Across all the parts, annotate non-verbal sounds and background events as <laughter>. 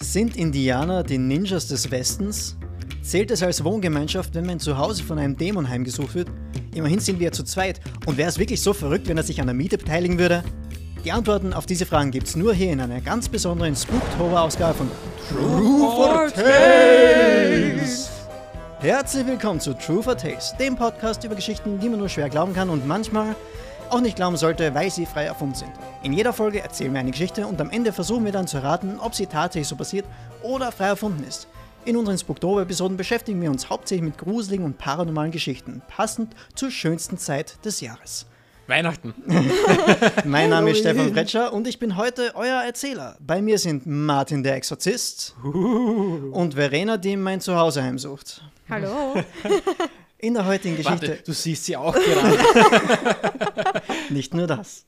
Sind Indianer die Ninjas des Westens? Zählt es als Wohngemeinschaft, wenn man zu Hause von einem Dämon heimgesucht wird? Immerhin sind wir ja zu zweit. Und wäre es wirklich so verrückt, wenn er sich an der Miete beteiligen würde? Die Antworten auf diese Fragen gibt's nur hier in einer ganz besonderen Spooktober-Ausgabe von True or Tales! Herzlich willkommen zu True for Tales, dem Podcast über Geschichten, die man nur schwer glauben kann und manchmal auch nicht glauben sollte, weil sie frei erfunden sind. In jeder Folge erzählen wir eine Geschichte und am Ende versuchen wir dann zu erraten, ob sie tatsächlich so passiert oder frei erfunden ist. In unseren Spooktober-Episoden beschäftigen wir uns hauptsächlich mit gruseligen und paranormalen Geschichten, passend zur schönsten Zeit des Jahres. Weihnachten. Mein Name ist Stefan Bretscher und ich bin heute euer Erzähler. Bei mir sind Martin der Exorzist und Verena, die mein Zuhause heimsucht. Hallo. In der heutigen Geschichte. Warte, du siehst sie auch gerade. Nicht nur das.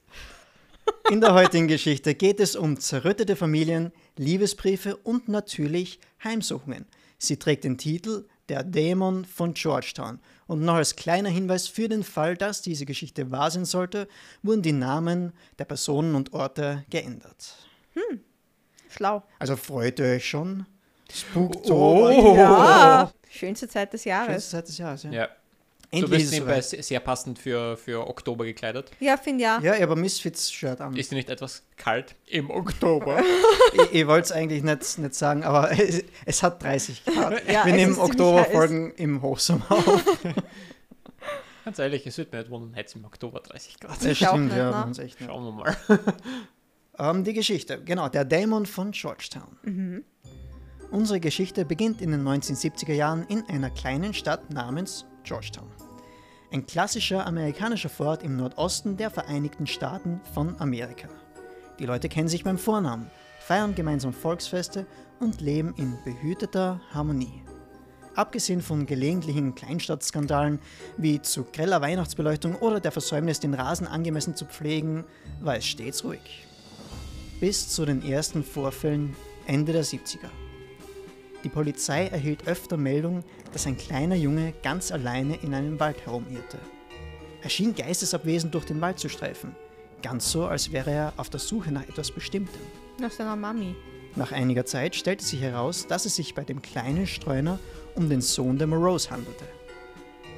In der heutigen Geschichte geht es um zerrüttete Familien, Liebesbriefe und natürlich Heimsuchungen. Sie trägt den Titel Der Dämon von Georgetown. Und noch als kleiner Hinweis für den Fall, dass diese Geschichte wahr sein sollte, wurden die Namen der Personen und Orte geändert. <laughs> Schlau. Also freut ihr euch schon? Spooktober. Ja. Ah, Schönste Zeit des Jahres. Schönste Zeit des Jahres, ja. <laughs> ja. Du Endlich bist ist es nebenbei soweit. se- sehr passend für, für Oktober gekleidet. Ja, finde ja. Ja, ich habe ein Misfits-Shirt an. Ich, Ist dir nicht etwas kalt im Oktober? <laughs> ich wollte es eigentlich nicht, nicht sagen, aber es, es hat 30 Grad. Ja, Wir es nehmen ist ziemlich Oktoberfolgen im Hochsommer auf. Ganz ehrlich, es wird mir nicht wundern, hätte es im Oktober 30 Grad. Das auch stimmt, nicht, ja. ne? wenn's Echt nicht. Schauen wir mal. Ähm, die Geschichte, genau, der Dämon von Georgetown. Unsere Geschichte beginnt in den 1970er Jahren in einer kleinen Stadt namens Georgetown. Ein klassischer amerikanischer Fort im Nordosten der Vereinigten Staaten von Amerika. Die Leute kennen sich beim Vornamen, feiern gemeinsam Volksfeste und leben in behüteter Harmonie. Abgesehen von gelegentlichen Kleinstadtskandalen wie zu greller Weihnachtsbeleuchtung oder der Versäumnis, den Rasen angemessen zu pflegen, war es stets ruhig. Bis zu den ersten Vorfällen Ende der 70er. Die Polizei erhielt öfter Meldungen, dass ein kleiner Junge ganz alleine in einem Wald herumirrte. Er schien geistesabwesend durch den Wald zu streifen, ganz so, als wäre er auf der Suche nach etwas Bestimmtem. Nach seiner Mami. Nach einiger Zeit stellte sich heraus, dass es sich bei dem kleinen Streuner um den Sohn der Morose handelte.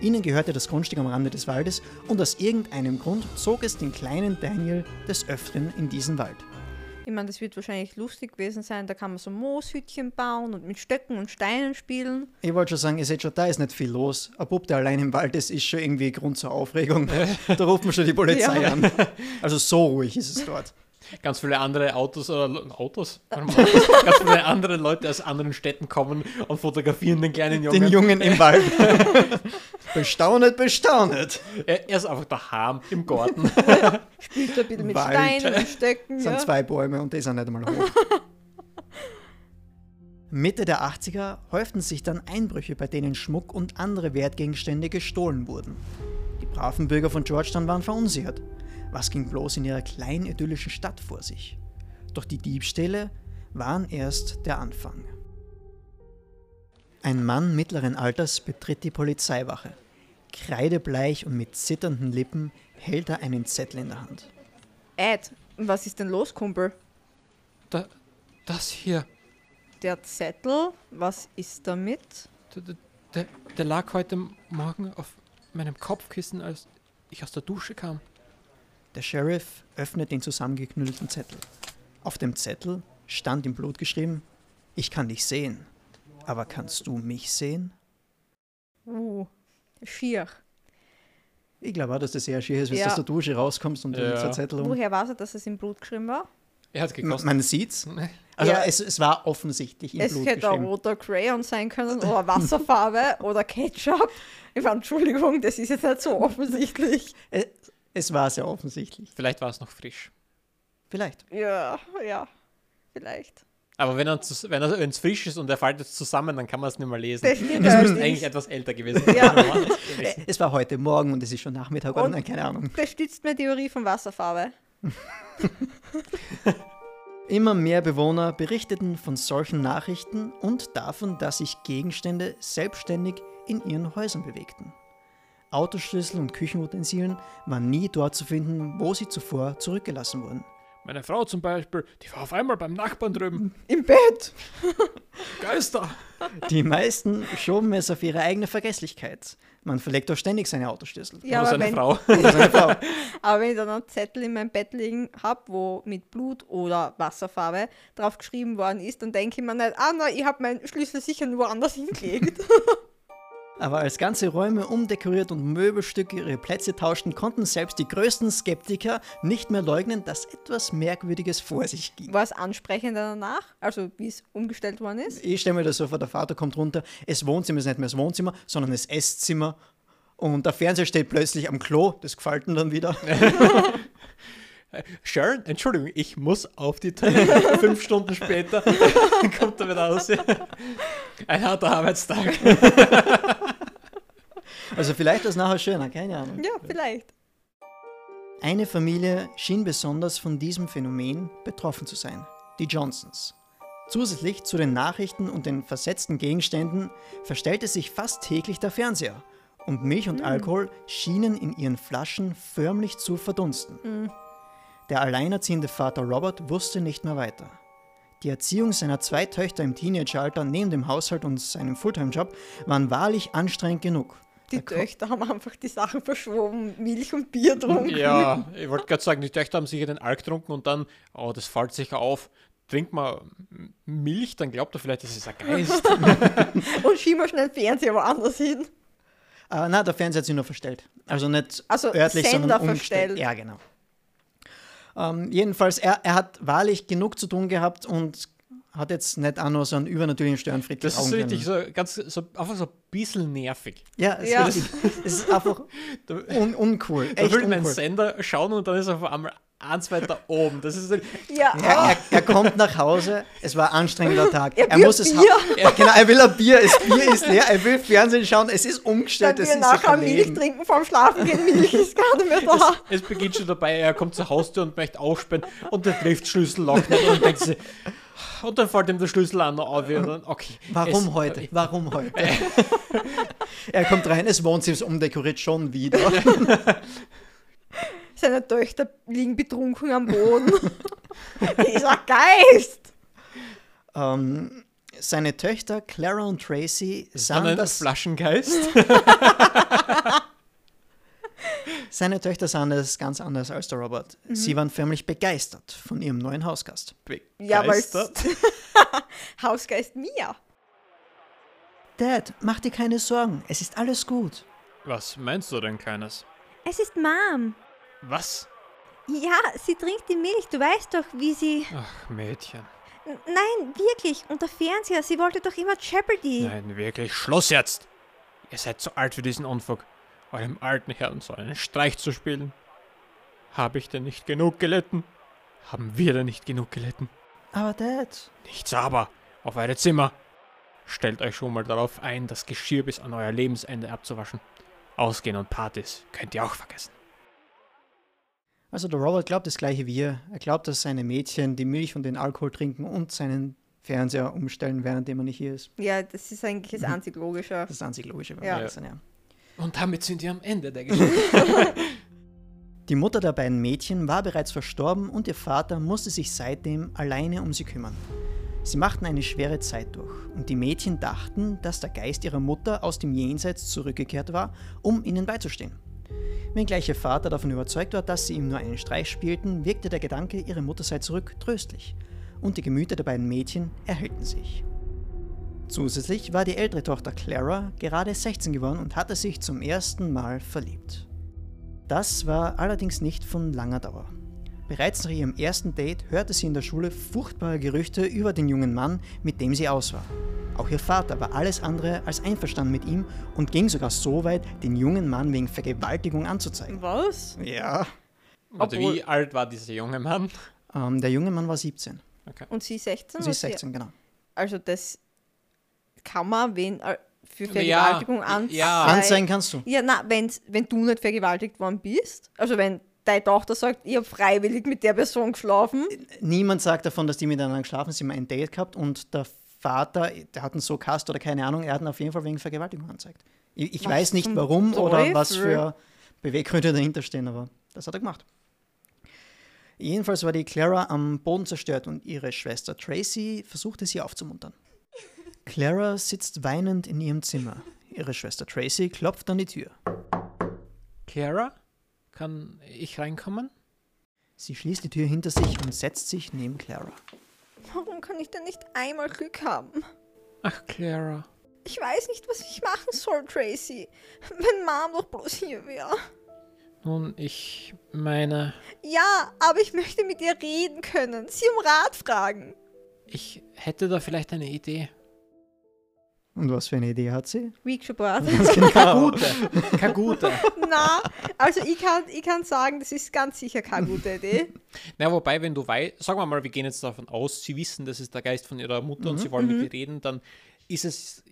Ihnen gehörte das Grundstück am Rande des Waldes und aus irgendeinem Grund zog es den kleinen Daniel des Öfteren in diesen Wald. Ich meine, das wird wahrscheinlich lustig gewesen sein. Da kann man so Mooshütchen bauen und mit Stöcken und Steinen spielen. Ich wollte schon sagen, ihr seht schon, da ist nicht viel los. Ein Bub, der allein im Wald ist, ist schon irgendwie Grund zur Aufregung. <laughs> Da ruft man schon die Polizei Ja. an. Also so ruhig ist es dort. Ganz viele andere Autos oder Lo- Autos? Warum Autos? <laughs> Ganz viele andere Leute aus anderen Städten kommen und fotografieren den kleinen Jungen. Den Jungen im Wald. <laughs> Bestaunet, bestaunet. Er, er ist einfach daheim im Garten. Spielt ein bisschen mit Wald. Steinen und <laughs> Stöcken. Das Ja. sind zwei Bäume und die sind nicht einmal hoch. <laughs> Mitte der 80er häuften sich dann Einbrüche, bei denen Schmuck und andere Wertgegenstände gestohlen wurden. Die braven Bürger von Georgetown waren verunsichert. Was ging bloß in ihrer kleinen idyllischen Stadt vor sich? Doch die Diebstähle waren erst der Anfang. Ein Mann mittleren Alters betritt die Polizeiwache. Kreidebleich und mit zitternden Lippen hält er einen Zettel in der Hand. Ed, was ist denn los, Kumpel? <laughs> Da, das hier, Der Zettel, was ist damit? der, der, der lag heute Morgen auf meinem Kopfkissen, als ich aus der Dusche kam. Der Sheriff öffnet den zusammengeknüllten Zettel. Auf dem Zettel stand in Blut geschrieben: Ich kann dich sehen, aber kannst du mich sehen? Uh, schier. Ich glaube auch, dass das sehr schön ist, wenn du Ja. aus der Dusche rauskommst und Ja. ja. so ein Zettel um. Woher war es, dass es im Blut geschrieben war? Er hat Man, gekostet. man sieht's. Also Ja. es, es war offensichtlich in es Blut hätte auch geschrieben. roter Crayon sein können <laughs> oder Wasserfarbe oder Ketchup. Ich meine, Entschuldigung, das ist jetzt nicht so offensichtlich. Es, es war sehr offensichtlich. Vielleicht war es noch frisch. Vielleicht. Ja, ja, vielleicht. Aber wenn es wenn er- wenn's frisch ist und er fällt jetzt zusammen, dann kann man es nicht mehr lesen. Das stimmt Das müsste allerdings. eigentlich etwas älter gewesen sein. Ja. Ja. Es war heute Morgen und es ist schon Nachmittag oder Und- nein, keine Ahnung. Das stützt meine Theorie von Wasserfarbe. Immer mehr Bewohner berichteten von solchen Nachrichten und davon, dass sich Gegenstände selbstständig in ihren Häusern bewegten. Autoschlüssel und Küchenutensilien waren nie dort zu finden, wo sie zuvor zurückgelassen wurden. Meine Frau zum Beispiel, die war auf einmal beim Nachbarn drüben. Im Bett. Geister! Die meisten schoben es auf ihre eigene Vergesslichkeit. Man verlegt doch ständig seine Autoschlüssel. Ja, Oder aber seine wenn, Frau. Oder seine Frau. aber wenn ich dann einen Zettel in meinem Bett liegen habe, wo mit Blut oder Wasserfarbe drauf geschrieben worden ist, dann denke ich mir nicht, ah, na, ich habe meinen Schlüssel sicher nur anders <laughs> hingelegt. Aber als ganze Räume umdekoriert und Möbelstücke ihre Plätze tauschten, konnten selbst die größten Skeptiker nicht mehr leugnen, dass etwas Merkwürdiges vor sich ging. War es ansprechender danach? Also, wie es umgestellt worden ist? Ich stelle mir das so vor, der Vater kommt runter, das Wohnzimmer ist nicht mehr das Wohnzimmer, sondern das Esszimmer. Und der Fernseher steht plötzlich am Klo, das gefällt ihm dann wieder. Sharon, Entschuldigung, ich muss auf die <laughs> Toilette. Fünf Stunden später <laughs> kommt er wieder raus. Ein harter Arbeitstag. Also vielleicht ist nachher schöner, keine Ahnung. Ja, vielleicht. Eine Familie schien besonders von diesem Phänomen betroffen zu sein, die Johnsons. Zusätzlich zu den Nachrichten und den versetzten Gegenständen verstellte sich fast täglich der Fernseher und Milch und Alkohol schienen in ihren Flaschen förmlich zu verdunsten. Der alleinerziehende Vater Robert wusste nicht mehr weiter. Die Erziehung seiner zwei Töchter im Teenageralter neben dem Haushalt und seinem Fulltime-Job waren wahrlich anstrengend genug. Die Da ko- Töchter haben einfach die Sachen verschoben, Milch und Bier getrunken. Ja, ich wollte gerade sagen, die Töchter haben sicher den Alk getrunken und dann, oh, das fällt sicher auf. Trinkt man Milch, dann glaubt er vielleicht, das ist ein Geist. Und schieben wir schnell den Fernseher woanders hin. Ah, na, der Fernseher hat sich nur verstellt. Also nicht Also örtlich, Sender sondern umgestellt. verstellt. Ja, genau. Ähm, jedenfalls, er, er hat wahrlich genug zu tun gehabt und hat jetzt nicht auch noch so einen übernatürlichen Störenfried Das ist getragen so richtig, können. so ganz, so, einfach so ein bisschen nervig. Ja, es Ja. Ist, richtig. es ist einfach <laughs> Da, un uncool. da Echt will mein uncool. Sender schauen und dann ist er auf einmal eins weiter oben. Das ist, halt, Ja, oh, Er, er, er kommt nach Hause, es war ein anstrengender Tag. Er Er will muss es Bier. haben. Genau, er will ein Bier, das Bier ist leer, er will Fernsehen schauen, es ist umgestellt, dann es wir ist so nachher Milch verlegen. trinken vorm Schlafen gehen. Milch ist gar nicht mehr da. es beginnt schon dabei, er kommt zur Haustür und möchte aufsperren und der Driftschlüssel lockt nicht und denkt sich, und dann fällt ihm der Schlüssel an auf und dann, okay. Warum es, <laughs> heute? Warum heute? er kommt rein, es wohnt sich umdekoriert schon wieder. <laughs> Seine Töchter liegen betrunken am Boden. <laughs> Dieser Geist! Ähm, seine Töchter Clara und Tracy sahen Sondern ein das, Flaschengeist. seine Töchter sahen das ganz anders als der Robert. Sie waren förmlich begeistert von ihrem neuen Hausgast. Ja, aber es- Begeistert. <laughs> Hausgeist Mia. Dad, mach dir keine Sorgen, es ist alles gut. Was meinst du denn keines? Es ist Mom. Was? Ja, sie trinkt die Milch. Du weißt doch, wie sie. Ach, Mädchen. N- Nein, wirklich. Und der Fernseher. Sie wollte doch immer Jeopardy. Nein, wirklich, Schluss jetzt! Ihr seid zu alt für diesen Unfug. Eurem alten Herrn so einen Streich zu spielen. Habe ich denn nicht genug gelitten? Haben wir denn nicht genug gelitten? Aber Dad, Nichts aber. Auf eure Zimmer. Stellt euch schon mal darauf ein, das Geschirr bis an euer Lebensende abzuwaschen. Ausgehen und Partys könnt ihr auch vergessen. also der Robert glaubt das gleiche wie ihr. Er glaubt, dass seine Mädchen die Milch und den Alkohol trinken und seinen Fernseher umstellen, während er nicht hier ist. Ja, das ist eigentlich das einzig Logische. Das ist das einzig Logische. wenn Ja. wir ehrlich sind, ja. Und damit sind wir am Ende der Geschichte. Die Mutter der beiden Mädchen war bereits verstorben und ihr Vater musste sich seitdem alleine um sie kümmern. Sie machten eine schwere Zeit durch und die Mädchen dachten, dass der Geist ihrer Mutter aus dem Jenseits zurückgekehrt war, um ihnen beizustehen. Wenngleich ihr Vater davon überzeugt war, dass sie ihm nur einen Streich spielten, wirkte der Gedanke, ihre Mutter sei zurück, tröstlich und die Gemüter der beiden Mädchen erhellten sich. Zusätzlich war die ältere Tochter Clara gerade 16 geworden und hatte sich zum ersten Mal verliebt. Das war allerdings nicht von langer Dauer. Bereits nach ihrem ersten Date hörte sie in der Schule furchtbare Gerüchte über den jungen Mann, mit dem sie aus war. Auch ihr Vater war alles andere als einverstanden mit ihm und ging sogar so weit, den jungen Mann wegen Vergewaltigung anzuzeigen. Was? Ja. <laughs> Also Obwohl- wie alt war dieser junge Mann? Ähm, der junge Mann war 17. Und sie 16? Sie oder ist 16, genau. Also, das kann man, wenn äh, für Ja, Vergewaltigung ja. anzeigen. Anzeigen kannst du. Ja, na, wenn's, wenn du nicht vergewaltigt worden bist, also wenn deine Tochter sagt, ich habe freiwillig mit der Person geschlafen, Niemand sagt davon, dass die miteinander geschlafen sind, sie haben ein Date gehabt und der Vater, der hat ihn so cast oder keine Ahnung, er hat ihn auf jeden Fall wegen Vergewaltigung angezeigt. Ich, ich Was weiß nicht zum warum oder was Teufel? für Beweggründe dahinter stehen, aber das hat er gemacht. Jedenfalls war die Clara am Boden zerstört und ihre Schwester Tracy versuchte sie aufzumuntern. Clara sitzt weinend in ihrem Zimmer. Ihre Schwester Tracy klopft an die Tür. Clara, kann ich reinkommen? Sie schließt die Tür hinter sich und setzt sich neben Clara. Warum kann ich denn nicht einmal Glück haben? Ach, Clara. Ich weiß nicht, was ich machen soll, Tracy. Wenn Mom doch bloß hier wäre. Nun, ich meine, Ja, aber ich möchte mit ihr reden können, sie um Rat fragen. ich hätte da vielleicht eine Idee. Und was für eine Idee hat sie? <laughs> Weak Support. Ganz genau. Keine gute. Na, also ich kann, ich kann sagen, das ist ganz sicher keine gute Idee. Na, wobei, wenn du weißt, sagen wir mal, wir gehen jetzt davon aus, sie wissen, das ist der Geist von ihrer Mutter und sie wollen mit ihr reden, dann ist es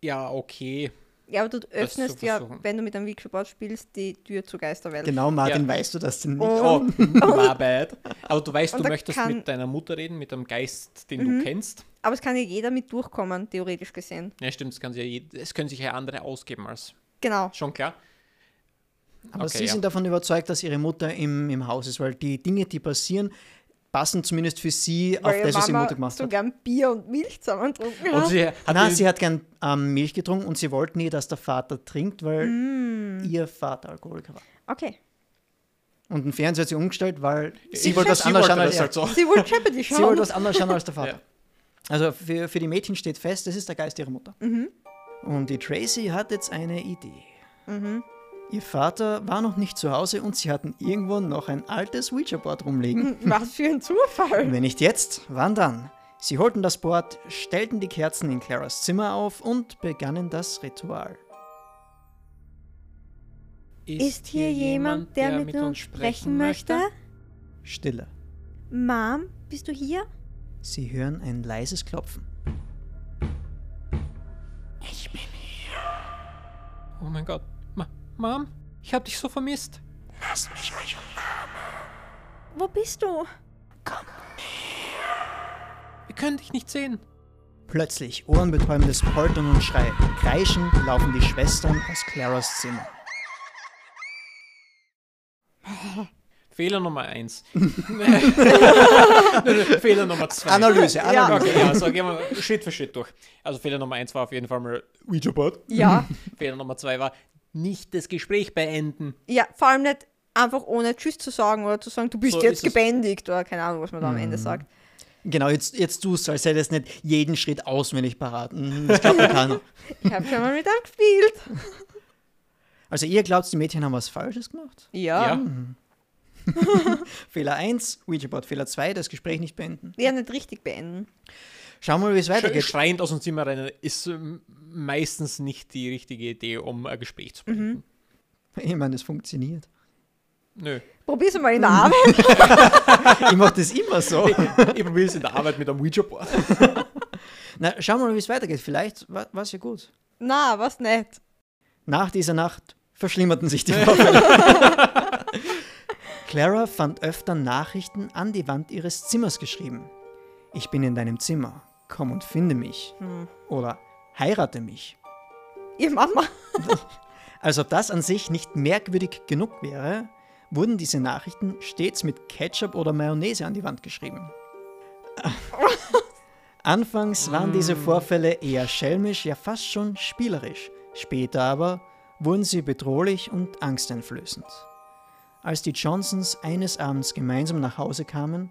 ja okay. Ja, aber du öffnest zu ja, versuchen. wenn du mit einem Weak Support spielst, die Tür zur Geisterwelt. Genau, Martin, Ja. weißt du das denn nicht? Oh, my bad. Aber du weißt, Und du da möchtest kann- mit deiner Mutter reden, mit einem Geist, den du kennst. Aber es kann ja jeder mit durchkommen, theoretisch gesehen. Ja, stimmt, es, kann sich ja jed- es können sich ja andere ausgeben als. Genau. Schon klar. Aber Okay, sie ja. sind davon überzeugt, dass ihre Mutter im, im Haus ist, weil die Dinge, die passieren, passen zumindest für sie auf ihre das, was ihre Mama Mutter gemacht so hat. gern Bier und Milch zusammen getrunken Und hat. sie hat Na, den- sie hat gern ähm, Milch getrunken und sie wollte nie, dass der Vater trinkt, weil Mm. ihr Vater Alkoholiker war. Okay. Und den Fernseher hat sie umgestellt, weil sie Ich- wollte was anderes schauen wollte als das er. halt so. Sie wollte Jeopardy Sie wollte schauen. was anderes schauen als der Vater. Ja. Also für, für die Mädchen steht fest, das ist der Geist ihrer Mutter. Mhm. Und die Tracy hat jetzt eine Idee. Mhm. Ihr Vater war noch nicht zu Hause und sie hatten irgendwo noch ein altes Ouija-Board rumliegen. Was für ein Zufall. Wenn nicht jetzt, wann dann? Sie holten das Board, stellten die Kerzen in Claras Zimmer auf und begannen das Ritual. Ist hier jemand, der mit uns sprechen möchte? Stille. Mom, bist du hier? Sie hören ein leises Klopfen. Oh mein Gott. Ma Mom, ich hab dich so vermisst. Wo bist du? Wir können dich nicht sehen. Plötzlich ohrenbetäubendes Poltern und Schrei. Kreischend laufen die Schwestern aus Claras Zimmer. Fehler Nummer <laughs> eins. Fehler Nummer zwei. Analyse, Ja. Analyse. Okay, ja, so gehen wir Schritt für Schritt durch. Also Fehler Nummer eins war auf jeden Fall mal Ouija Board. Ja. Fehler Nummer zwei war nicht das Gespräch beenden. Ja, vor allem nicht einfach ohne Tschüss zu sagen oder zu sagen, du bist So jetzt ist es. gebändigt oder keine Ahnung, was man da am Ende sagt. Genau, jetzt, jetzt tust du, als hättest du nicht jeden Schritt auswendig parat. Mhm, Das glaubt mir keiner. Ich habe schon mal mit einem gespielt. Also ihr glaubt, die Mädchen haben was Falsches gemacht? Ja. Ja. Fehler 1, Ouija-Board. Fehler 2, das Gespräch nicht beenden. Ja, nicht richtig beenden. Schauen wir mal, wie es Sch- weitergeht. Schreiend aus dem Zimmer rennen ist ähm, meistens nicht die richtige Idee, um ein Gespräch zu beenden. Ich meine, es funktioniert. Nö. Probier's mal in der Arbeit. Ich mache das immer so. Ich probiere es in der Arbeit mit einem Ouija Board. Na, schauen wir mal, wie es weitergeht. Vielleicht war es ja gut. Na, was nicht. Nach dieser Nacht verschlimmerten sich die Vorfälle. Clara fand öfter Nachrichten an die Wand ihres Zimmers geschrieben. Ich bin in deinem Zimmer. Komm und finde mich. Oder heirate mich. Ihr Mama. Als ob das Also, an sich nicht merkwürdig genug wäre, wurden diese Nachrichten stets mit Ketchup oder Mayonnaise an die Wand geschrieben. Anfangs waren diese Vorfälle eher schelmisch, ja fast schon spielerisch. Später aber wurden sie bedrohlich und angsteinflößend. Als die Johnsons eines Abends gemeinsam nach Hause kamen,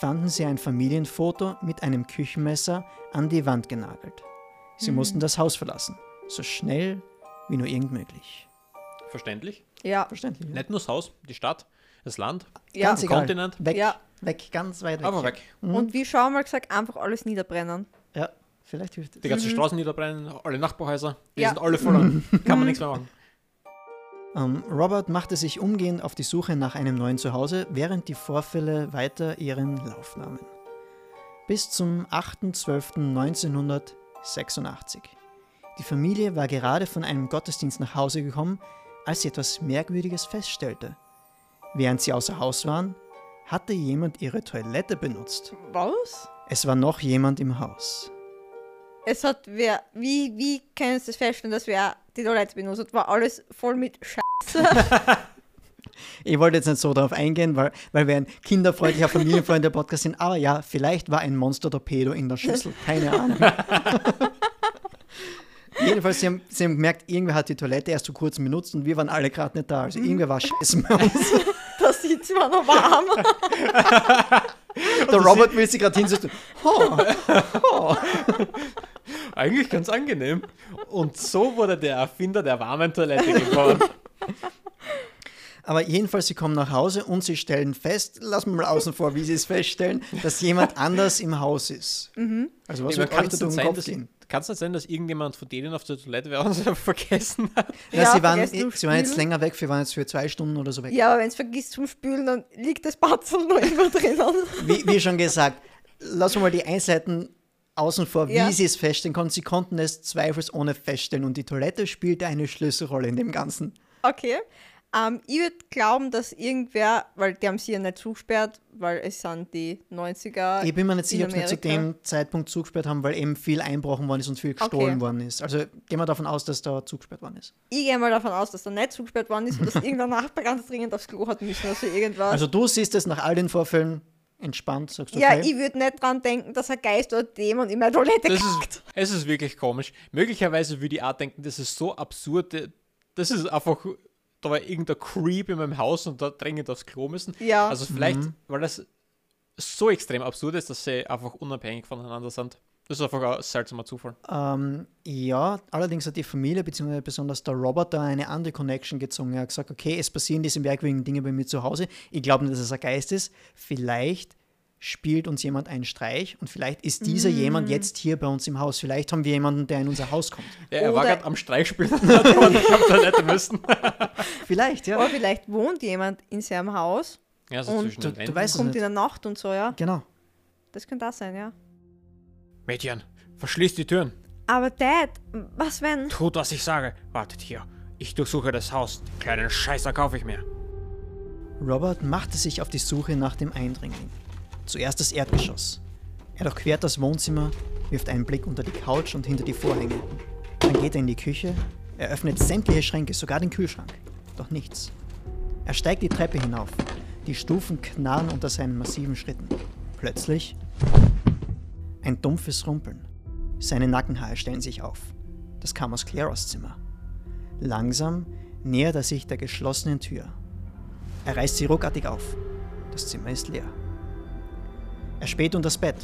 fanden sie ein Familienfoto mit einem Küchenmesser an die Wand genagelt. Sie mussten das Haus verlassen, so schnell wie nur irgend möglich. Verständlich. Ja. Verständlich. Nicht nur das Haus, die Stadt, das Land. Ja. Ganz egal. Kontinent. Weg, Ja. weg, ganz weit weg. Aber weg. Und wie schon mal gesagt, einfach alles niederbrennen. Ja, vielleicht hilft Die es. ganzen Straßen niederbrennen, alle Nachbarhäuser, die Ja. sind alle voller. Kann man nichts <laughs> mehr machen. Ähm, Robert machte sich umgehend auf die Suche nach einem neuen Zuhause, während die Vorfälle weiter ihren Lauf nahmen. Bis zum 8.12.1986. Die Familie war gerade von einem Gottesdienst nach Hause gekommen, als sie etwas Merkwürdiges feststellte. Während sie außer Haus waren, hatte jemand ihre Toilette benutzt. Was? Es war noch jemand im Haus. Es hat wer. Wie, wie <laughs> können Sie das feststellen, dass wer die Toilette benutzt hat? War alles voll mit Scheiße. Ich wollte jetzt nicht so darauf eingehen, weil, weil wir ein kinderfreundlicher, familienfreundlicher Podcast sind. Aber ja, vielleicht war ein Monster-Torpedo in der Schüssel. Keine Ahnung. Jedenfalls, sie haben, sie haben gemerkt, irgendwer hat die Toilette erst zu kurzem benutzt und wir waren alle gerade nicht da. Also irgendwer war scheiße bei uns. Da sitzt man noch warm. <laughs> Der Robert will sich gerade hinsetzen. Oh, Eigentlich ganz angenehm. Und so wurde der Erfinder der warmen <laughs> Toilette geboren. Aber jedenfalls, sie kommen nach Hause und sie stellen fest, lassen wir mal außen vor, wie sie es feststellen, dass jemand anders im Haus ist. Also was Aber wird euch da kann's durch nicht den sein, Kopf dass- gehen? kann's nicht sein, dass irgendjemand von denen auf der Toilette war und es <laughs> vergessen hat? Ja, Ja, sie, waren, eh- vergessen zum sie waren jetzt Spülen. länger weg, wir waren jetzt für zwei Stunden oder so weg. Ja, aber wenn es vergisst zum Spülen, dann liegt das Batzel noch immer <laughs> drinnen. Wie, wie schon gesagt, lassen wir mal die Einzelheiten außen vor, wie Ja. sie es feststellen konnten. Sie konnten es zweifelsohne feststellen und die Toilette spielte eine Schlüsselrolle in dem Ganzen. Okay. Ähm, ich würde glauben, dass irgendwer, weil die haben sie ja nicht zugesperrt, weil es sind die 90er. Ich bin mir nicht sicher, Ah, in ob sie nicht zu Amerika. dem Zeitpunkt zugesperrt haben, weil eben viel einbrochen worden ist und viel gestohlen worden ist. Also gehen wir davon aus, dass da zugesperrt worden ist. Ich gehe mal davon aus, dass da nicht zugesperrt worden ist und dass irgendein Nachbar ganz dringend aufs Klo hat müssen, also irgendwas. Also du siehst es nach all den Vorfällen entspannt, sagst du, Ja, okay. ich würde nicht dran denken, dass ein Geist oder Dämon in meine Toilette Das kackt. ist, es ist wirklich komisch. Möglicherweise würde ich auch denken, das ist so absurd. äh, Das ist einfach, da war irgendein Creep in meinem Haus und da dringend aufs Klo müssen. Ja. Also vielleicht, Mhm. weil das so extrem absurd ist, dass sie einfach unabhängig voneinander sind. Das ist einfach ein seltsamer Zufall. ähm, ja, allerdings hat die Familie, beziehungsweise besonders der Robert, da eine andere Connection gezogen. Er hat gesagt, okay, es passieren diese merkwürdigen Dinge bei mir zu Hause. Ich glaube nicht, dass es ein Geist ist. Vielleicht spielt uns jemand einen Streich und vielleicht ist dieser jemand jetzt hier bei uns im Haus. Vielleicht haben wir jemanden, der in unser Haus kommt. Ja, er war Oder- gerade am Streichspielen <laughs> und hat aber nicht auf Toilette müssen. Vielleicht, ja. Oder vielleicht wohnt jemand in seinem Haus, Ja, so Und zwischen du- den du Wänden. weißt- Das ist kommt nicht- in der Nacht und so, ja. Genau. Das könnte das sein, ja. Mädchen, verschließt die Türen. Aber Dad, was wenn? Tut, was ich sage. Wartet hier. Ich durchsuche das Haus. Den kleinen Scheißer kaufe ich mir. Robert machte sich auf die Suche nach dem Eindringling. Zuerst das Erdgeschoss. Er durchquert das Wohnzimmer, wirft einen Blick unter die Couch und hinter die Vorhänge. Dann geht er in die Küche, er öffnet sämtliche Schränke, sogar den Kühlschrank. Doch nichts. Er steigt die Treppe hinauf. Die Stufen knarren unter seinen massiven Schritten. Plötzlich ein dumpfes Rumpeln. Seine Nackenhaare stellen sich auf. Das kam aus Claros Zimmer. Langsam nähert er sich der geschlossenen Tür. Er reißt sie ruckartig auf. Das Zimmer ist leer. Er späht unter das Bett.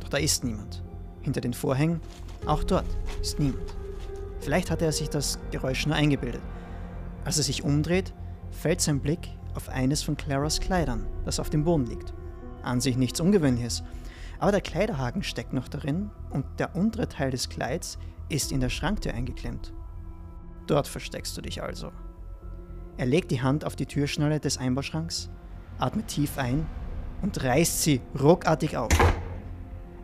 Doch da ist niemand. Hinter den Vorhängen, auch dort, ist niemand. Vielleicht hatte er sich das Geräusch nur eingebildet. Als er sich umdreht, fällt sein Blick auf eines von Claras Kleidern, das auf dem Boden liegt. An sich nichts Ungewöhnliches. Aber der Kleiderhaken steckt noch darin und der untere Teil des Kleids ist in der Schranktür eingeklemmt. Dort versteckst du dich also. Er legt die Hand auf die Türschnalle des Einbauschranks, atmet tief ein und reißt sie ruckartig auf.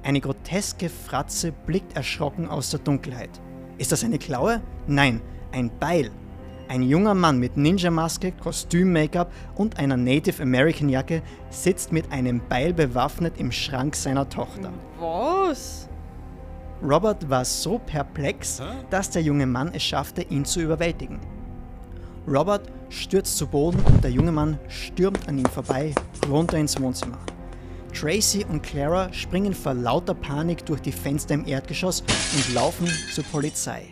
Eine groteske Fratze blickt erschrocken aus der Dunkelheit. Ist das eine Klaue? Nein, ein Beil. Ein junger Mann mit Ninja-Maske, Kostüm-Make-up und einer Native American-Jacke sitzt mit einem Beil bewaffnet im Schrank seiner Tochter. Was? Robert war so perplex, dass der junge Mann es schaffte, ihn zu überwältigen. Robert stürzt zu Boden und der junge Mann stürmt an ihm vorbei, runter ins Wohnzimmer. Tracy und Clara springen vor lauter Panik durch die Fenster im Erdgeschoss und laufen zur Polizei.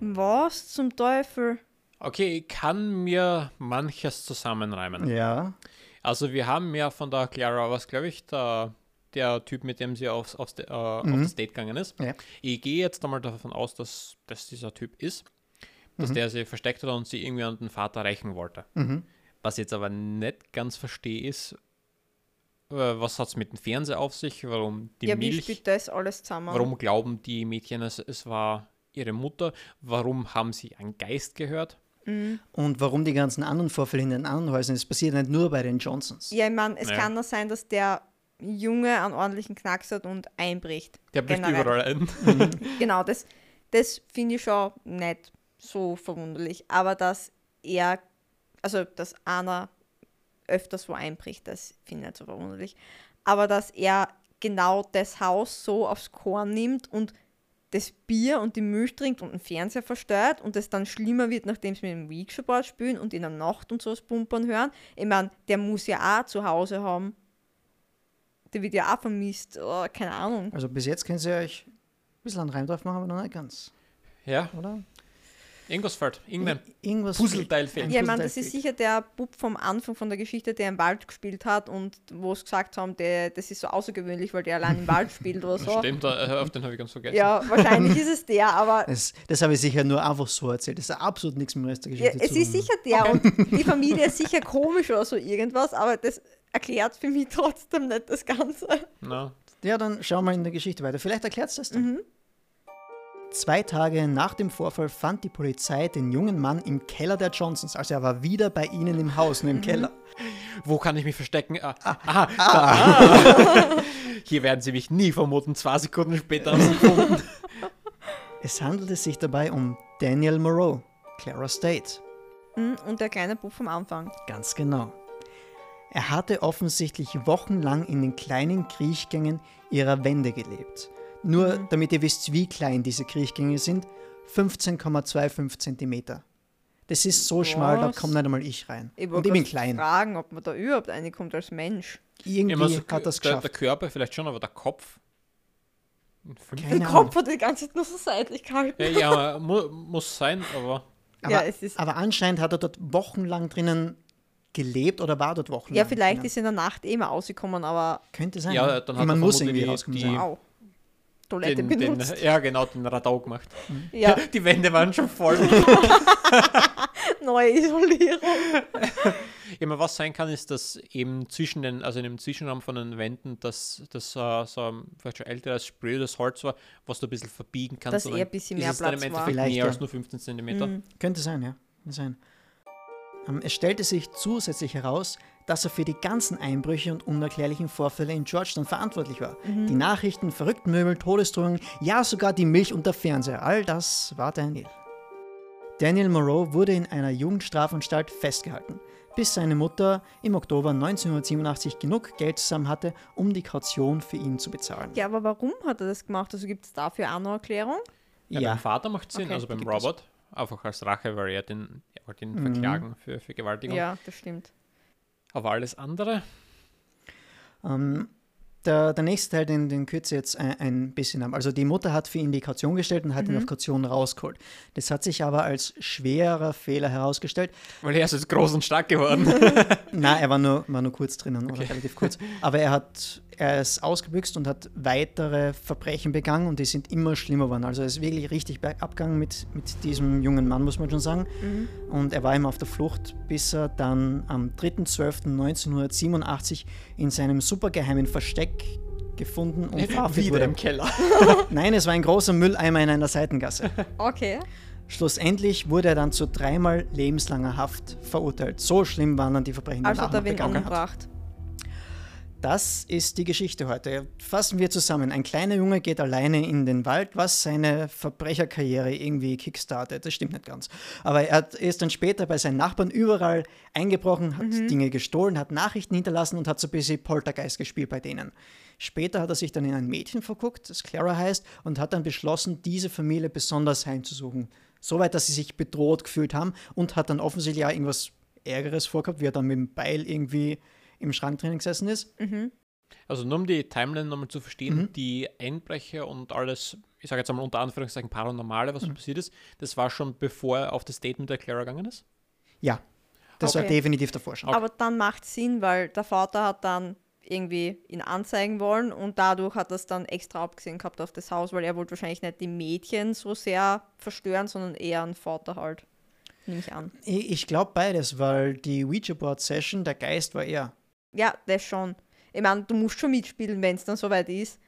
Was zum Teufel? Okay, ich kann mir manches zusammenreimen. Ja. Also wir haben ja von der Clara, was glaube ich, der, der Typ, mit dem sie aufs, aufs, äh, Mhm. auf das Date gegangen ist. Ja. Ich gehe jetzt einmal davon aus, dass das dieser Typ ist, dass Mhm. der sie versteckt hat und sie irgendwie an den Vater rächen wollte. Was ich jetzt aber nicht ganz verstehe ist, äh, was hat es mit dem Fernseher auf sich, warum die ja, wie Milch... spielt das alles zusammen? Warum glauben die Mädchen, es, es war ihre Mutter? Warum haben sie einen Geist gehört? Und warum die ganzen anderen Vorfälle in den anderen Häusern, es passiert nicht nur bei den Johnsons. Ja, ich meine, es Ja. kann nur sein, dass der Junge einen ordentlichen Knacks hat und einbricht. Der bricht Generell. überall ein. Genau, das, das finde ich schon nicht so verwunderlich. Aber dass er, also dass einer öfters wo einbricht, das finde ich nicht so verwunderlich. Aber dass er genau das Haus so aufs Korn nimmt und das Bier und die Milch trinkt und den Fernseher verstört und es dann schlimmer wird, nachdem sie mit dem Weekshop spielen und in der Nacht und sowas pumpern hören. Ich meine, der muss ja auch zu Hause haben. Der wird ja auch vermisst. Oh, keine Ahnung. Also bis jetzt können sie euch ein bisschen einen Reim drauf machen, aber noch nicht ganz, Ja, oder? Ingolsfeld, irgendwann. Ir- Irgendwas Puzzleteil fehlt. Ein Ja, ich meine, Puzzleteil das ist fehlt. sicher der Bub vom Anfang von der Geschichte, der im Wald gespielt hat und wo sie gesagt haben, der, das ist so außergewöhnlich, weil der allein im Wald spielt oder so. Stimmt, äh, auf den habe ich ganz vergessen. Ja, wahrscheinlich ist <laughs> es der, aber Das, das habe ich sicher nur einfach so erzählt. Das hat absolut nichts mit dem Rest der ja, Geschichte es zu ist tun. sicher der <laughs> und die Familie ist sicher komisch oder so irgendwas, aber das erklärt für mich <laughs> trotzdem nicht das Ganze. Na, Ja, dann schauen wir in der Geschichte weiter. Vielleicht erklärt es das dann. Zwei Tage nach dem Vorfall fand die Polizei den jungen Mann im Keller der Johnsons. Also er war wieder bei ihnen im Haus, nur im Keller. wo kann ich mich verstecken? Ah, ah, ah, da, ah. <laughs> Hier werden sie mich nie vermuten. Zwei Sekunden später haben sie gefunden. Es handelte sich dabei um Daniel Moreau, Clara State. Mhm, Und der kleine Bub vom Anfang. Ganz genau. Er hatte offensichtlich wochenlang in den kleinen Kriechgängen ihrer Wände gelebt. Nur Mhm. damit ihr wisst, wie klein diese Kriechgänge sind, 15,25 Zentimeter. Das ist so schmal, da Was? komme nicht einmal ich rein. Ich Und wollte ich bin grad klein. fragen, ob man da überhaupt reinkommt als Mensch. Irgendwie so, hat das der, der geschafft. Körper vielleicht schon, aber der Kopf. Ein Fünf- Keine Der Ahnung. Kopf hat die ganze Zeit nur so seitlich gehalten. Ja, ja mu muss sein, aber Aber, Ja, es ist- aber anscheinend hat er dort wochenlang drinnen gelebt oder war dort wochenlang. Ja, vielleicht drinnen. ist in der Nacht eh mal rausgekommen, aber Könnte sein. Ja, dann hat Man er muss vermutlich irgendwie die- rausgekommen die- sein. wow. Toilette den, den, benutzt. ja, genau, den Radau gemacht. ja, <laughs> Die Wände waren schon voll. <laughs> neue Isolierung. Immer was sein kann, ist, dass eben zwischen den, also in dem Zwischenraum von den Wänden, dass das äh, so ein vielleicht schon älteres Spray, das Holz war, was du ein bisschen verbiegen kannst. Dass und eh dann ein bisschen ist mehr es dann im Platz war. Endeffekt Vielleicht, ja. mehr als nur 15 Zentimeter. Mhm. Könnte sein, ja. Könnte sein. Ähm, Es stellte sich zusätzlich heraus, dass er für die ganzen Einbrüche und unerklärlichen Vorfälle in Georgetown verantwortlich war. Die Nachrichten, Verrücktenmöbel, Todesdrohungen, ja sogar die Milch und der Fernseher, all das war Daniel. Daniel Moreau wurde in einer Jugendstrafanstalt festgehalten, bis seine Mutter im Oktober 1987 genug Geld zusammen hatte, um die Kaution für ihn zu bezahlen. Ja, aber warum hat er das gemacht? Also gibt es dafür auch eine Erklärung? Ja, beim Vater macht Sinn, Okay, also beim gibt es. Robert. Einfach als Rache, weil er den, er wollte ihn Mhm. verklagen für Vergewaltigung. Ja, das stimmt. Aber alles andere, Ähm, der, der nächste Teil, den, den kürze ich jetzt ein, ein bisschen ab. Also die Mutter hat für ihn die Kaution gestellt und hat ihn auf Kaution rausgeholt. Das hat sich aber als schwerer Fehler herausgestellt. weil er ist jetzt groß und <laughs> stark geworden. Na, er war nur, war nur kurz drinnen oder relativ kurz. Aber er hat er ist ausgebüxt und hat weitere Verbrechen begangen und die sind immer schlimmer geworden. Also er ist wirklich richtig bergab gegangen mit, mit diesem jungen Mann, muss man schon sagen. Mhm. Und er war immer auf der Flucht, bis er dann am 3.12.1987 in seinem supergeheimen Versteck gefunden und verhaftet Wieder wurde. im Keller. Nein, es war ein großer Mülleimer in einer <laughs> Seitengasse. Okay. Schlussendlich wurde er dann zu dreimal lebenslanger Haft verurteilt. So schlimm waren dann die Verbrechen, die Also er hat er nachher wen begangen hat. umgebracht. Das ist die Geschichte heute. Fassen wir zusammen. Ein kleiner Junge geht alleine in den Wald, was seine Verbrecherkarriere irgendwie kickstartet. Das stimmt nicht ganz. Aber er hat- er ist dann später bei seinen Nachbarn überall eingebrochen, hat Dinge gestohlen, hat Nachrichten hinterlassen und hat so ein bisschen Poltergeist gespielt bei denen. Später hat er sich dann in ein Mädchen verguckt, das Clara heißt, und hat dann beschlossen, diese Familie besonders heimzusuchen. Soweit, dass sie sich bedroht gefühlt haben und hat dann offensichtlich auch irgendwas Ärgeres vorgehabt, wie er dann mit dem Beil irgendwie im Schrank drinnen gesessen ist. Also nur um die Timeline nochmal zu verstehen, Mhm. die Einbrecher und alles, ich sage jetzt einmal unter Anführungszeichen Paranormale, Mhm. was passiert ist, das war schon bevor er auf das Date mit der Clara gegangen ist. Ja, das war Okay. definitiv davor schon. Aber dann macht Sinn, weil der Vater hat dann irgendwie ihn anzeigen wollen und dadurch hat er es dann extra abgesehen gehabt auf das Haus, weil er wollte wahrscheinlich nicht die Mädchen so sehr verstören, sondern eher einen Vater halt. Nehme ich an. Ich, ich glaube beides, weil die Ouija Board Session, der Geist war er. Ja, das schon. Ich meine, du musst schon mitspielen, wenn es dann soweit ist.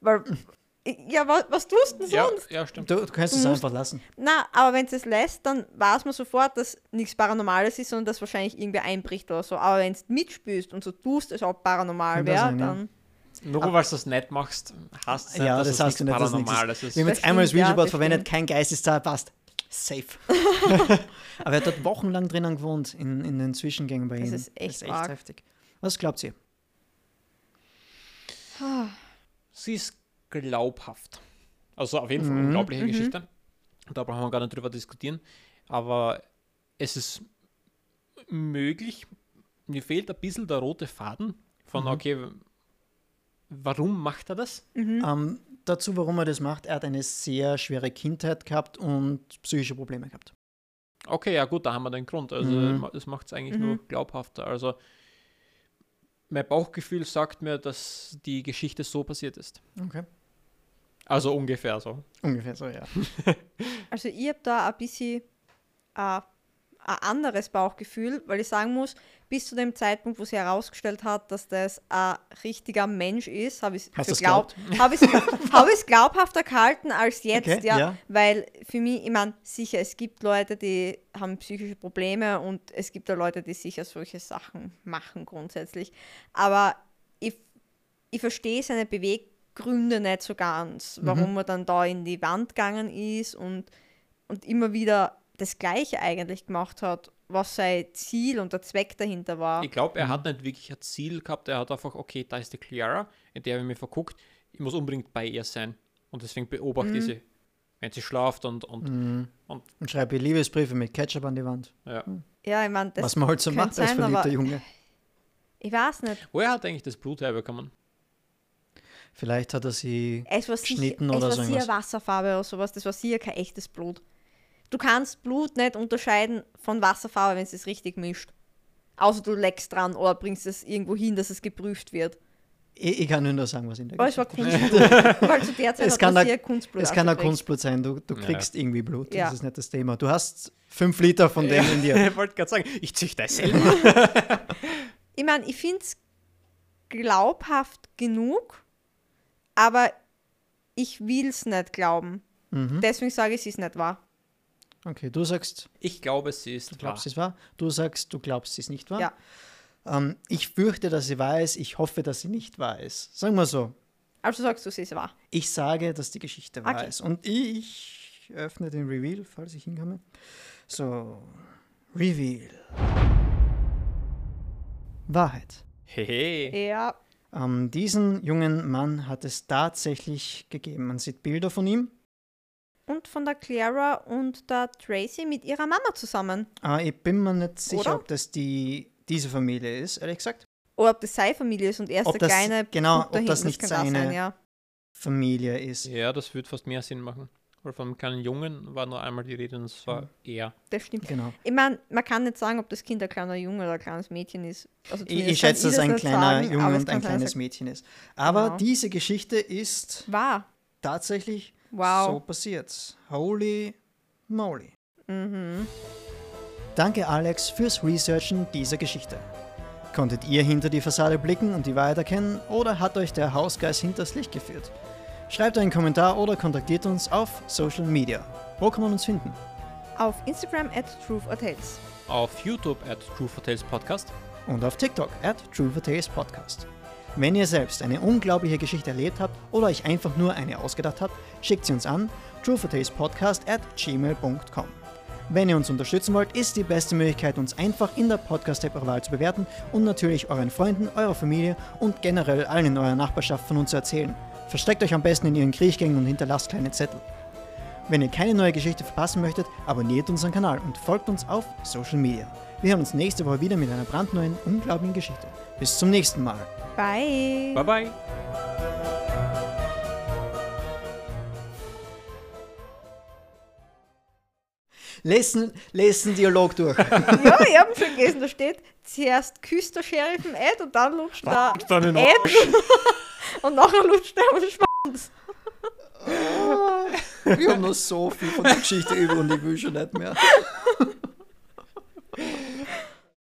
Weil, ja, was, was tust du denn Ja, sonst? ja, stimmt. Du, du kannst es Du musst- einfach lassen. Na, aber wenn es das lässt, dann weiß man sofort, dass nichts Paranormales ist, sondern dass wahrscheinlich irgendwer einbricht oder so. Aber wenn du mitspielst und so tust, als ob paranormal Kann das wäre, sein, ja. dann. Nur weil du es nicht machst, hast du nicht, ja, dass das heißt es du nicht, nichts dass es Paranormales nichts ist. ist. Wir haben Das jetzt einmal das stimmt, Ouija ja, Board das verwendet, stimmt. kein Geist ist da, passt. <laughs> Safe. Aber er hat dort wochenlang drinnen gewohnt, in, in den Zwischengängen bei Das ihnen. ist echt arg. heftig. Was glaubt ihr? Sie ist glaubhaft. Also auf jeden Fall Mhm. eine unglaubliche Geschichte. Da brauchen wir gar nicht drüber diskutieren. Aber es ist möglich. Mir fehlt ein bisschen der rote Faden von, Mhm. okay, warum macht er das? mhm. Ähm, dazu, warum er das macht, er hat eine sehr schwere Kindheit gehabt und psychische Probleme gehabt. Okay, ja gut, da haben wir den Grund. Also Mhm. ma- das macht es eigentlich nur glaubhafter. Also mein Bauchgefühl sagt mir, dass die Geschichte so passiert ist. Okay. Also ungefähr so. Ungefähr so, ja. Also ich habe da ein bisschen äh, ein anderes Bauchgefühl, weil ich sagen muss, bis zu dem Zeitpunkt, wo sie herausgestellt hat, dass das ein richtiger Mensch ist, habe ich Hast es du's glaub, <laughs> hab ich's- hab ich's glaubhafter gehalten als jetzt, Okay, ja, ja. Weil für mich, ich meine, sicher, es gibt Leute, die haben psychische Probleme und es gibt auch Leute, die sicher solche Sachen machen grundsätzlich. Aber ich ich verstehe seine Beweggründe nicht so ganz, warum Mhm. er dann da in die Wand gegangen ist und, und immer wieder das Gleiche eigentlich gemacht hat, was sein Ziel und der Zweck dahinter war. Ich glaube, er hat nicht wirklich ein Ziel gehabt. Er hat einfach, okay, da ist die Clara, in der habe ich mich verguckt. Ich muss unbedingt bei ihr sein. Und deswegen beobachte ich sie, wenn sie schlaft und, und Mm. Und schreibe ihr Liebesbriefe mit Ketchup an die Wand. ja. ja, ich meine, das Was man halt so könnte macht als sein, aber verliebter Junge. Ich weiß nicht. Woher hat er eigentlich das Blut herbekommen? Vielleicht hat er sie. Es war sicher, es Geschnitten oder war so sicher irgendwas. Wasserfarbe oder sowas, das war sicher kein echtes Blut. Du kannst Blut nicht unterscheiden von Wasserfarbe, wenn es es richtig mischt. Außer du leckst dran oder bringst es irgendwo hin, dass es geprüft wird. Ich, ich kann nur noch sagen, was in der Aber es war Geschichte Kunstblut. Weil <laughs> zu der Zeit Es hat kann man ein- sehr Kunstblut Es kann ein ausgeprägt. Kunstblut sein. Du, du Ja. kriegst irgendwie Blut. Ja. Das ist nicht das Thema. Du hast fünf Liter von dem in dir. <laughs> Ich wollte gerade sagen, ich züchte das selber. Ich meine, ich finde es glaubhaft genug, aber ich will es nicht glauben. Mhm. Deswegen sage ich, es ist nicht wahr. Okay, du sagst, <laughs> Ich glaube, sie ist du glaubst, es war. Du sagst, du glaubst, es ist nicht wahr. Ja. Ähm, ich fürchte, dass sie wahr ist. Ich hoffe, dass sie nicht wahr ist. Sagen wir so. Also sagst du, es ist wahr. Ich sage, dass die Geschichte wahr Okay. ist. Und ich öffne den Reveal, falls ich hinkomme. So, Reveal. Wahrheit. Hehe. Ja. Ähm, diesen jungen Mann hat es tatsächlich gegeben. Man sieht Bilder von ihm. Und von der Clara und der Tracy mit ihrer Mama zusammen. Ah, ich bin mir nicht sicher, Oder? ob das die, diese Familie ist, ehrlich gesagt. Oder ob das seine Familie ist und erst Ob der das- kleine genau, Bub ob dahinten das ist, nicht kann auch seine- sein, ja. Familie ist. Ja, das würde fast mehr Sinn machen. Weil vom kleinen Jungen war nur einmal die Rede und es war er. Das stimmt. Genau. Ich meine, man kann nicht sagen, ob das Kind ein kleiner Junge oder ein kleines Mädchen ist. Also Ich, zumindest ich kann schätze, dass das ein nicht kleiner sagen, aber Junge und es kann ein sein, kleines dass- Mädchen ist. Aber Genau. diese Geschichte ist Wahr. tatsächlich Wow. so passiert. Holy moly. Mhm. Danke Alex fürs Researchen dieser Geschichte. Konntet ihr hinter die Fassade blicken und die Wahrheit erkennen oder hat euch der Hausgeist hinters Licht geführt? Schreibt einen Kommentar oder kontaktiert uns auf Social Media. Wo kann man uns finden? auf Instagram at truthortels. Auf YouTube at True for Tales Podcast. und auf TikTok at True for Tales Podcast. Wenn ihr selbst eine unglaubliche Geschichte erlebt habt oder euch einfach nur eine ausgedacht habt, schickt sie uns an truefortalespodcast at gmail.com. Wenn ihr uns unterstützen wollt, ist die beste Möglichkeit, uns einfach in der Podcast-App eurer Wahl zu bewerten und natürlich euren Freunden, eurer Familie und generell allen in eurer Nachbarschaft von uns zu erzählen. Versteckt euch am besten in ihren Kriechgängen und hinterlasst kleine Zettel. Wenn ihr keine neue Geschichte verpassen möchtet, abonniert unseren Kanal und folgt uns auf Social Media. Wir hören uns nächste Woche wieder mit einer brandneuen, unglaublichen Geschichte. Bis zum nächsten Mal. Bye. Bye bye. Lesen, lesen Dialog durch. <laughs> Ja, ich habe schon gelesen, da steht zuerst küsst der Sheriff den Ed und dann lutscht der Ed <laughs> und nachher lutscht er den Schwanz. Wir haben noch so viel von der Geschichte über und ich will schon nicht mehr.